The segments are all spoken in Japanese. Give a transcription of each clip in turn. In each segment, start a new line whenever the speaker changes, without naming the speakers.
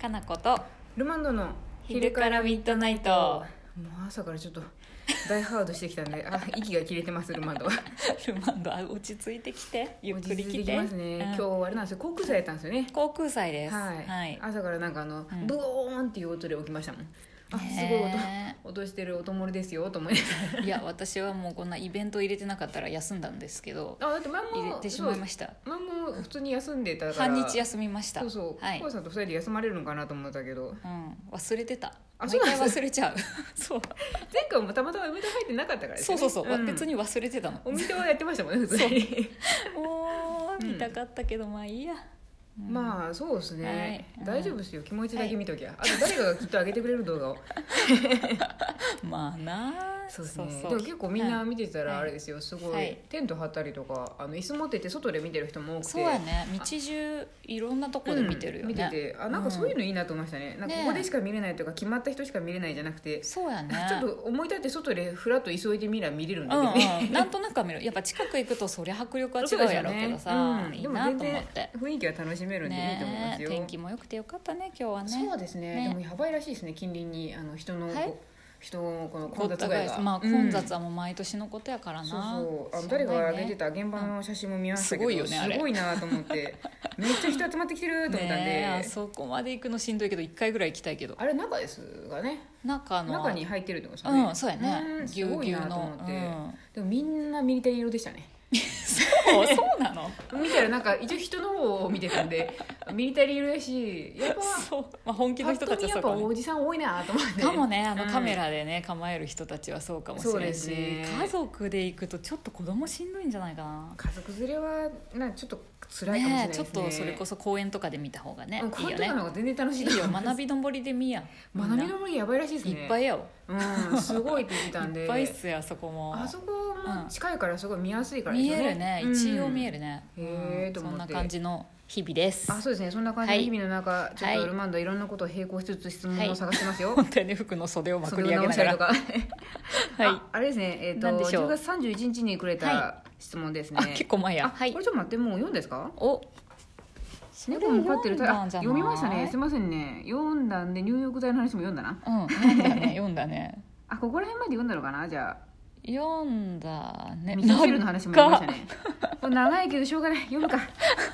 かなこと
ルマンドの
昼からミッドナイ
も
ト
う朝からちょっと大ハードしてきたんであ息が切れてますルマンドは
ルマンドあ落ち着いてきてゆっくり
落ち着
来
いて
て
きますね、
うん
今日はあれなんですよ航空祭やったんですよね
航空祭です
はい、
はい
朝からなんかあの、
うん
ブオーンっていう音で起きましたもんあすごい音
ね
音してるおともりですよと思いなが
えいや私はもうこんなイベント入れてなかったら休んだんですけど
らあだってマンも
入れてしまいました
そうマンも普通に休んでたから
半日休みました
そうそう、
はい
コウさんと二人で休まれるのかなと思ったけど
うん、忘れてた
あ
毎
そう
回
なんです
忘れちゃう そう
前回もたまたまお店入ってなかったからです
そう
よ
そう
ね
そう、わ
ん
別に忘れてたの
お店はやってましたもんね普通に
もう
うん
見たかったけど、まあいいや、うん
まあそうですね、
はい
大丈夫ですよ気持ちだけ見ときゃ、あと誰かがきっと上げてくれる動画を
まあな
そうですねでも結構みんな見てたらあれですよすごい、
はい
テント張ったりとかあの椅子持ってて外で見てる人も多くて
そうやね道中いろんなとこで見てるよね、
うん見ててあなんかそういうのいいなと思いましたね、なんか
ね
ここでしか見れないとか決まった人しか見れないじゃなくて、
そうやね
ちょっと思い立って外でふらっと急いで見りゃ見れるん
う
だけどね、
んうん、なんとなくは見るやっぱ近く行くとそりゃ迫力は違うやろうけどさ、
そうです
いい
よね
な
うん
と
でも
思っ
全
て
然雰囲気は楽しめるんでいいと思いま
ね
す
え
よ、
天気も良くてよかったね今日はね
そうですね
ね
でもやばいらしいですね近隣にあの人の、
はい
人のこの
ご
混
った
雑具
返
合
し
が、
まあ
うん
混雑はもう毎年のことやから
そう
な、
そうあ
しょうがない
の誰
ね
かが上げてた現場の写真も見ましたけど、
うんすごいよねあれ
すごいなと思って めっちゃ人集まってきてると思ったんで、
ねえあそこまで行くのしんどいけど1回ぐらい行きたいけど
あれ中ですがね
中の
中に入ってるってことですかね、
うんそうやね
ん
ぎゅうぎゅう
すごいなと
の
思って、でもみんなミリタリー色でしたね
うん、そうそうなの
見たらなんか一応人の方を見てた んでミリタリー色やしやっぱ
そう、まあ、本気の人
ぱ
た
っと
ち
見
は
や
そ
っ
うかも
ぱ
ね
おじさん多いなと思って
かもねあの
うん
カメラでね、構える人たちはそうかもし
そう
れん
で
し、
すね
家族で行くとちょっと子供しんどいんじゃないかな
家族連れはなちょっと辛いかもしれな
ね
い
え
です
ちょ
ね
っとそれこそ公園とかで見た方がね、
うん
いい
これ
よ
と
ね
かの方が全然楽し
い
いと
いよ
思います
学びどんぼりで見や
学びの森やばいらしいです
みん
ね
ないっぱいやわ
うんすごいって言ってたん
い
で
っぱいっすよあそこも
あそこも近いからすごい見やすいからです
見
よ
えるね、
うん
一応見えるね、
へえ
うん
と
そ
思っ
ん
て
な感じの日々です
あそうですねそんな感じの日々の中、ちょっ
は
と
い
ルマンドはいろんなことを並行しつつ質問を探してま すよ、
本当にね服の袖をま
そ
く
れ
り
を
上げ
直
な
し
が
たり
ら
とか
はい
ああれですねえっ、
何で
と
しょう
10月31日にくれ
は
た質問ですね、
あ結構前や
あこれちょっと待ってもう読んですか
お
猫も飼ってる
それ読んだんじゃない
読みましたねすいませんね読んだんで入浴剤の話も読んだな
うん読んだね読んだね
あここら辺まで読んだのかなじゃあ
読んだね
味噌汁の話も読みましたねこれ長いけどしょうがない読むか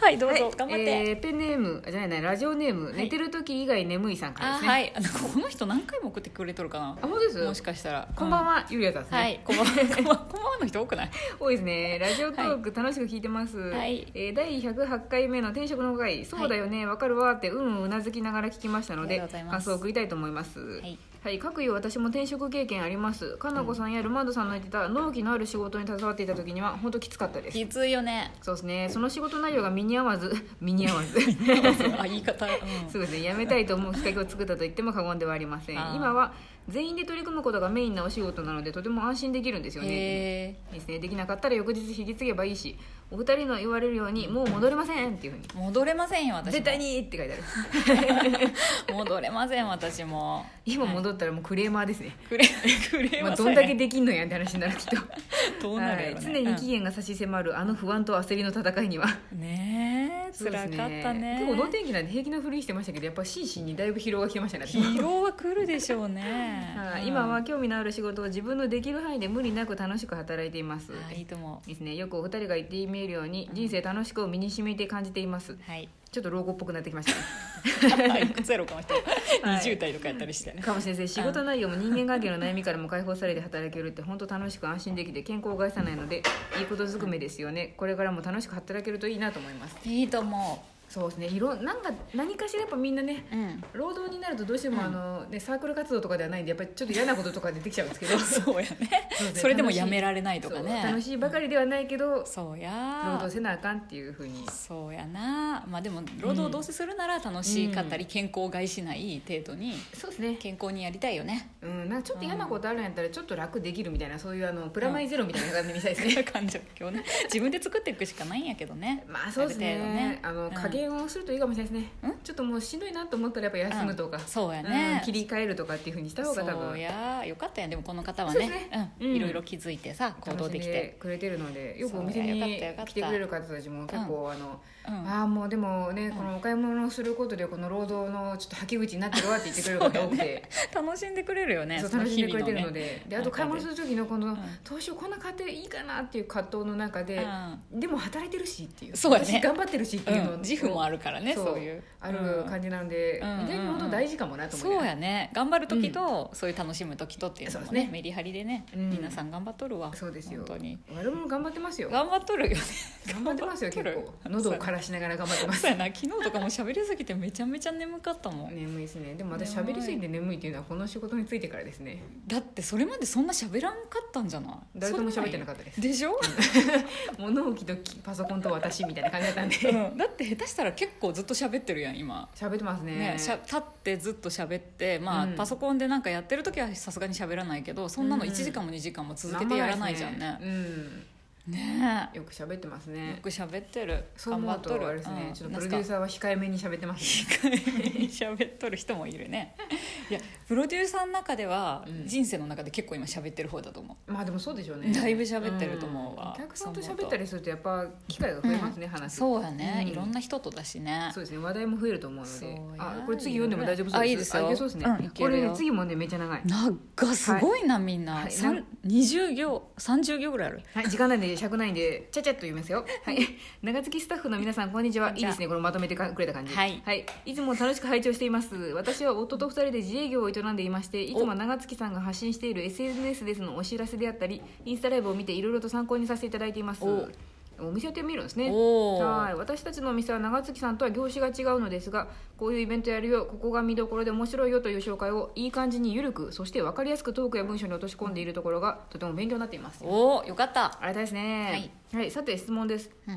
はい、 どうぞ、
はい
頑張って。
えーペンネームあじゃないなラジオネーム、寝てる時以外眠いさんからで
あ、
すね
はい、あの、この人何回も送ってくれとるかな
あ。本当です
もしかしたら。
こんばん
は。
は、ゆりやさんですね、
はい、こんばん は。こんばんはこんばんはの人多くない。
多いですねラジオトーク楽しく聞いてます、
はい
えー第108回目の転職の回そうだよねわ、かるわってうんうんうなずきながら聞きましたの
あり
で
がとうございます
感想を送りたいと思います
は
はいい、各有私も転職経験ありますかなこさんやルマンドさんの言ってた納期のある仕事に携わっていた時には本当きつかったです
きついよ ね。
そうですねその仕事内容が身に合わず 身に合わず
あ、言い方。うん
そうですね辞めたいと思うきっかけを作ったと言っても過言ではありません
あー
今は全員で取り組むことがメインなお仕事なのでとても安心できるんですよね
へ
ですね、できなかったら翌日引き継げばいいしお二人の言われるように「もう戻れません」っていうふうに
ー戻れませんよ、
「
私。
絶対。に」って書いてある
戻れません、私も。
今戻ったらもうクレーマーですね、
く れ、くれ
まあ、
ません。
どんだけできんのやって話になるきっと、
どうな
は
る
い
よね。
常に期
う
限が差し迫るあの不安と焦りの戦いには
んねえ、
そう
辛
で
か
す
ったね。
結構能天気なんで平気なふりしてましたけどやっぱ心身にだいぶ疲労がきて ましたね。
疲労は来るでしょうね
は
う
い、
ん
今は。興味のある仕事を自分のできる範囲で無理なく楽しく働いています、
あいいと思
ですねよくお二人が言ってみえるように人生楽しくを身に染みて感じています
う。はい。
ちょっと老後っぽくなってきましたね
あいくつやろうかも人。
い
二十代とかやったりして。
かもしれないです仕事内容も人間関係の悩みからも解放されて働けるって本当楽しく安心できて健康を害さないのでいいことずくめですよねこれからも楽しく働けるといいなと思います
いいと思
そうですねいろんなんか何かしらやっぱみんなね
う。うん。
労働になるとどうしてもあの、ね、サークル活動とかではないんでやっぱりちょっと嫌なこととか出てきちゃうんですけ ど
そうやね
そう。ね
それでもやめられないとか
そう楽
ね。
しいばかりではないけど
そう
労
や
働。せなあかんっていうふうに
そうやな。まあでも労働をどうせするなら楽しかったり健康を害しない程度に
そうですね
健康にやりたいよね。
うんなんかちょっと嫌なことあるんやったらちょっと楽できるみたいなそういうあのプラマイゼロみたいな感 じで見たいですね、
感情今日ね。自分で作っていくしかないんやけどね。
まあそうですね
ある程度ね
あの
うん
加減軽音するといいかもしれないですね
ん
ちょっともうしんどいなと思ったらやっぱ休むとか、
そうや
うん
ね、
切り替えるとかっていうふうにした方が多
そう
分
やよかったやんでもこの方は
そ
ね
うです
う
うん
ん、いろいろ気づいてさ行
楽
動
しん
でき
で
て、
くれてるのでよく
そう
お店に
よかったよかった
来てくれる方たちも結構、あの
うん、
ああもうでもね、
ん
このお買い物をすることでこの労働のちょっと吐き口になってるわって言ってくれる方多くて
楽しんでくれるよね
そう
その
楽し
日
んで
々
くれてるの
ね
で,、であと買い物する時のこの、
ん
どうしようこんな買っていいかなっていう葛藤の中で、でも働いてるしっていう
そうやね
私頑張ってるしっていうの
うん、自負もあるからね
そ
そうういう
ある感じなので、
うん
意外に本当大事かもなと
じ
思
そう
ね
やね頑張る時と、そういう楽しむ時とっていうのも
そうで
ね
すね
メリハリでね、
うん
皆さん頑張っとるわ
そうですよ
本当に
我々も頑張ってますよ
頑張っとるよね
頑張ってますよ結
頑張っ
構
とる
喉を枯らしながら頑張ってます
そうやな昨日とかも喋りすぎてめちゃめちゃ眠かったもん、
眠いですねでも私喋りすぎて眠いっていうのはこの仕事についてからですね
だってそれまでそんな喋らんかったんじゃない
誰とも喋ってな
かっ
かったです
たでしょ、
物置とパソコンと私みたいな感じだっ たんで
うん、だって下手したら結構ずっと喋ってるやん今
喋ってますね
ね、しゃ立ってずっと喋って、まあ
うん
パソコンでなんかやってる時はさすがに喋らないけどそんなの
うん
1時間も2時間も続けてやらないじゃんね
頑張らないですね
ね
うんよく喋ってます
えよ
ね
く喋ってる
そう
頑
思
張
う
っと
と
る
あれですね、
うん
ちょっとプロデューサーは控えめに喋ってます ね
なんか 喋っとる人もいるねいやプロデューサーの中では、
うん
人生の中で結構今喋ってる方だと思う
まあでもそうでしょうね
だいぶ喋ってると思うわ
んお客さんと喋ったりするとやっぱ機会が増えますね、話す
そうやね、
うん
いろんな人とだしね
そうですね話題も増えると思うの
そう
で
や
あこれ次読んでも大丈夫そうです
あいいですよ
あけそうですね、
うんいけ
こ
るよ
れね次もねめっちゃ長い
長っすごいな、みんな、
はい
さん
なん
20行30行ぐらいある
はい、時間ないんで尺ないんでちゃちゃっと言いますよ、はい、 長月スタッフの皆さんこんにちは
こんに
いい
ちは
ですねこのまとめてかくれた感じ
はい
い、いつも楽しく拝聴しています私は夫と2人で自営業を営んでいましていつも長月さんが発信している SNS ですのお知らせであったりインスタライブを見ていろいろと参考にさせていただいています
お
お店をやってみるんですね
おー
はい私たちのお店は長月さんとは業種が違うのですがこういうイベントやるよここが見どころで面白いよという紹介をいい感じに緩くそして分かりやすくトークや文章に落とし込んでいるところがとても勉強になっています
おおよかった、
あれですね。はい、さて質問です。
うん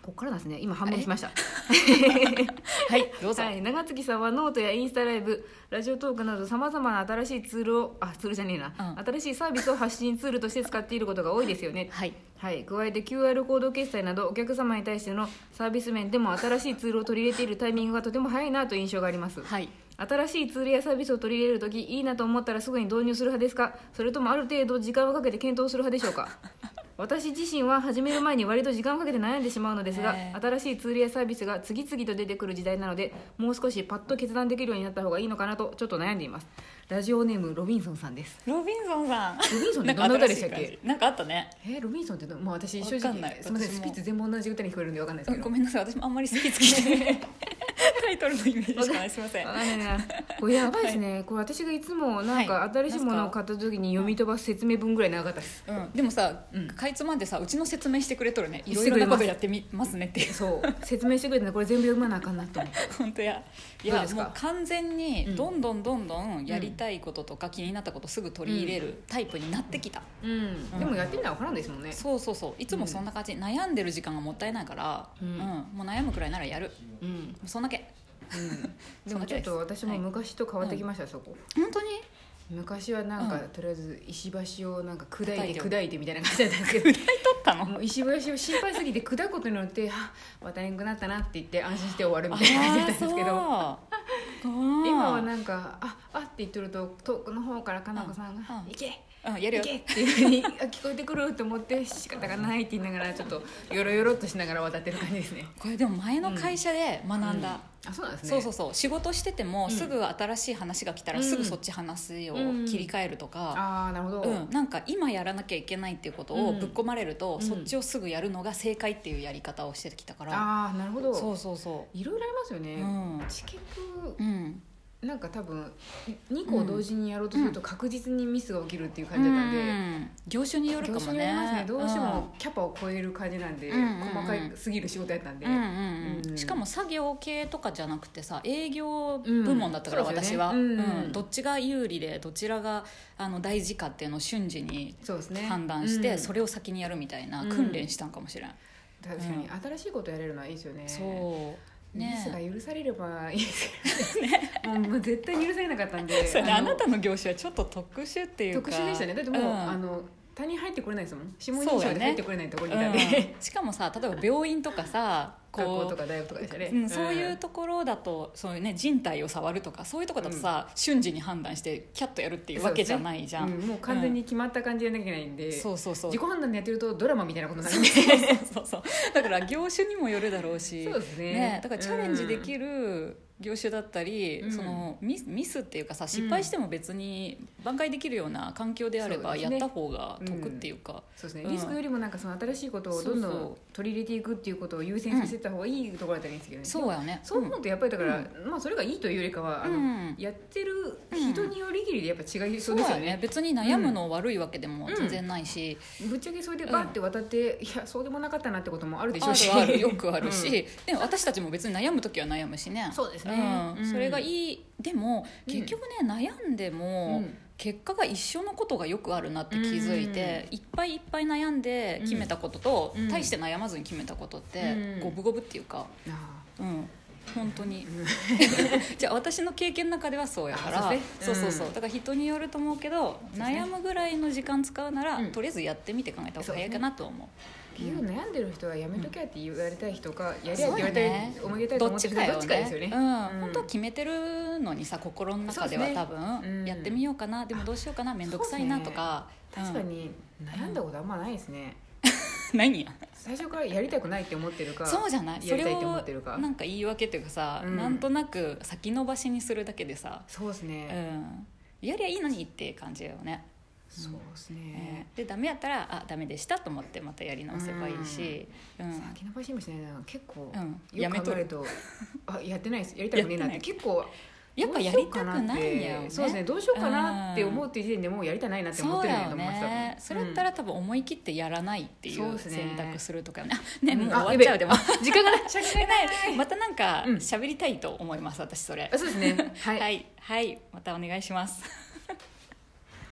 ここからなんですね。今半分しました。
はい、 どうぞ。
はい、長月さんはノートやインスタライブ、ラジオトークなどさまざまな新しいツールをあツールじゃねえな、
うん
新しいサービスを発信ツールとして使っていることが多いですよね。
はい。
はい、加えて QR コード決済などお客様に対してのサービス面でも新しいツールを取り入れているタイミングがとても早いなという印象があります。
はい。
新しいツールやサービスを取り入れるときいいなと思ったらすぐに導入する派ですかそれともある程度時間をかけて検討する派でしょう か私自身は始める前に割と時間をかけて悩んでしまうのですが
ねえ
新しいツールやサービスが次々と出てくる時代なのでもう少しパッと決断できるようになった方がいいのかなとちょっと悩んでいますラジオネームロビンソンさんです
ロビンソンさん。
ロビンソンっ
な
て
ん
ど
か
んな歌
新
で
し
し
い
たっ
感
け
じ。なんかあったね。
えロビンソンってど、まあ、私正
わか
直
んない
すみません
私
ス
も
ピッツ全部同じ歌に聞こえるんでわかんないですけど
ごめんなさい、私もあんまり好き好き で。タイトルのイメージしかない。すみません。
あれねこれやばいですね、これ私がいつもなんか
はい
新しいものを買った時に読み飛ばす説明文ぐらい長かったです、
うん、でもさ、
うん
かいつまんでさうちの説明してくれとるねいろ
して
いろ
くれ
な
ま
こ
す
とやってみますねっ ていう
そう説明してくれたのこれ全部読まなあかんなと思って
本当やい
どう
や
ですか
もう完全に
うん
どんどんどんどんやりたいこととか気になったことすぐ取り入れるタイプになってきた、
うんでもやってみたら分からんですもんね
そうそうそういつもそんな感じ、悩んでる時間がもったいないから、
う
うんんもう悩むくらいならやる
うん、うん、
そんだけ
でもちょっと私も昔と変わってきました、そこ
本当に
昔はなんか、
う
とりあえず石橋をなんか砕
叩
い
い
て
て
砕いてみたいな感じだったんですけど
取ったの
もう石橋を心配すぎて砕くことによってあ渡れんくなったなって言って安心して終わるみたいな感じだったんですけど
あーそう
今はなんか「ああっ」て言っとると遠くの方からかなこさんが
うんうん
「行け
うん、やる
行
よ
け!」っていうふうにあ聞こえてくると思って仕方がないって言いながらちょっとよろよろっとしながら渡ってる感じですね
これでも前の会社で学んだ、
あそうなんですね
そうそうそう仕事してても
ん
すぐ新しい話が来たら
うん
すぐそっち話を切り替えるとか、
ああなるほど、
うんなんか今やらなきゃいけないっていうことをぶっ込まれると、
うん
そっちをすぐやるのが正解っていうやり方をしてきたから、
ああなるほど
そうそうそ
いろいろありますよ
う、
ね、
うん
結局
うん、
なんか多分2個同時にやろうとすると確実にミスが起きるっていう感じだったんで、
うん業種による
業
か
種
も
により
ね
ますねどうしてもキャパを超える感じなんで、
うんうんうん
細かいすぎる仕事やったんで、
うんうん
う
うんん、しかも作業系とかじゃなくてさ営業部門だったから、
うんそうです
私
よね
は、
うん
うんどっちが有利でどちらがあの大事かっていうのを瞬時に
そうですね
判断して、
うん
それを先にやるみたいな
うん
訓練したんかもしれん、
確かに、新しいことやれるのはいいですよね
そう
ミ
ね
スが許されればいいで すよねもう絶対に許されなかったんで
そうね
あ
あ
の
なたの業種はちょっと特殊っていうか
特殊でしたねだってもう、
ん
あの他人入ってこれないですもん下認
そう
証
や
で
ね
入ってこれないところにいたんで、
うんしかもさ例えば病院とかさ
学校
ことう
か大学とかですよね、
うん、そういうところだとそういう、ね、人体を触るとかそういうところだとさ、瞬時に判断してキャッとやるっていうわけじゃないじゃん。
そうですねうんもう完全に決まった感じでやんなきゃいけないんで、
そうそうそう
自己判断でやってるとドラマみたいなことになるんで
そうそうだから業種にもよるだろうし
そうですね
だからチャレンジできる業種だったり、
うん
そのミスミスっていうかさ失敗しても別に挽回できるような環境であれ
そう
ば
です
や
ね
った方が得っていうか、
そうですね、
うん
リスクよりもなんかその新しいことをどんど
そうそ
ん取り入れていくっていうことを優先させた方がいいところだったらいいんですけどね、
そうやね
そう思うとやっぱりだから、まあ、それがいいというよりかはあの、
うん
やってる人によりぎりでやっぱ違いそうで
そ
すよ
うやね
ね,、
別に悩むの悪いわけでも全然ないし、
ぶっちゃけそれでバッて渡って、いやそうでもなかったなってこともあるでしょ
あ
うし
るあるよくあるし、でも私たちも別に悩む時は悩むしね
そうですね
ん
うん
それがいいでも
うん
結局ね、悩んでも、
うん
結果が一緒のことがよくあるなって気づいて、いっぱいいっぱい悩んで決めたことと、
うん
大して悩まずに決めたことって、
うん
五分五分っていうか
うんあ
うん本当に じゃあ私の経験の中ではそうやから
あ
そう,、
そ
そう
うですね
そう
うん
だから人によると思うけど、
ですね
悩むぐらいの時間使うなら、
うん
とりあえずやってみて考えた方が早いかなとは思う。
ー結局悩んでる人はやめときゃって言われたい人か、やりゃって言われたい、
そうだね
思い入れたいと
ど
思
っ
って
ち
る
か
人
よ
どっちか
ね
ですよね
うん
うん
本当は決めてるのにさ心の中では
そうですね
多
うん
分やってみようかなでもどうしようかな面倒くさいなとか
確か
うん
に悩んだことあんまないですね、
何や
最初からやりたくないって思ってるか
そうじゃないそ
やりた
れ
いって
を
思ってるか
なんか言い訳というかさ
うん
なんとなく先延ばしにするだけでさ
そうです
う
ね、
んやりゃいいのにって感じだよね
そうです
え
ね、
ーでダメやったらあダメでしたと思ってまたやり直せばいいしうん
先延ばしもしないな結構、
うん
よ
やめ
く考
と
える
る
とあやってないですやりたくねえなって
やって
結構
やっぱやりたくないんだ
ど
よね
うしようかなってそうですねどうしようかなって思うっていう時点でもうやりたないなって思
そ
っ
う
てるん
だ
やと
よ
思います
ねそれやった
ら
ら多分思い切ってやらないってい
そう
う
ですね
選択するとかね あねもう終わっちゃうでも
時間が ない時 間がない
またなんか
うん
喋りたいと思います私それ
あそうですねは
はいいはいまたお願いします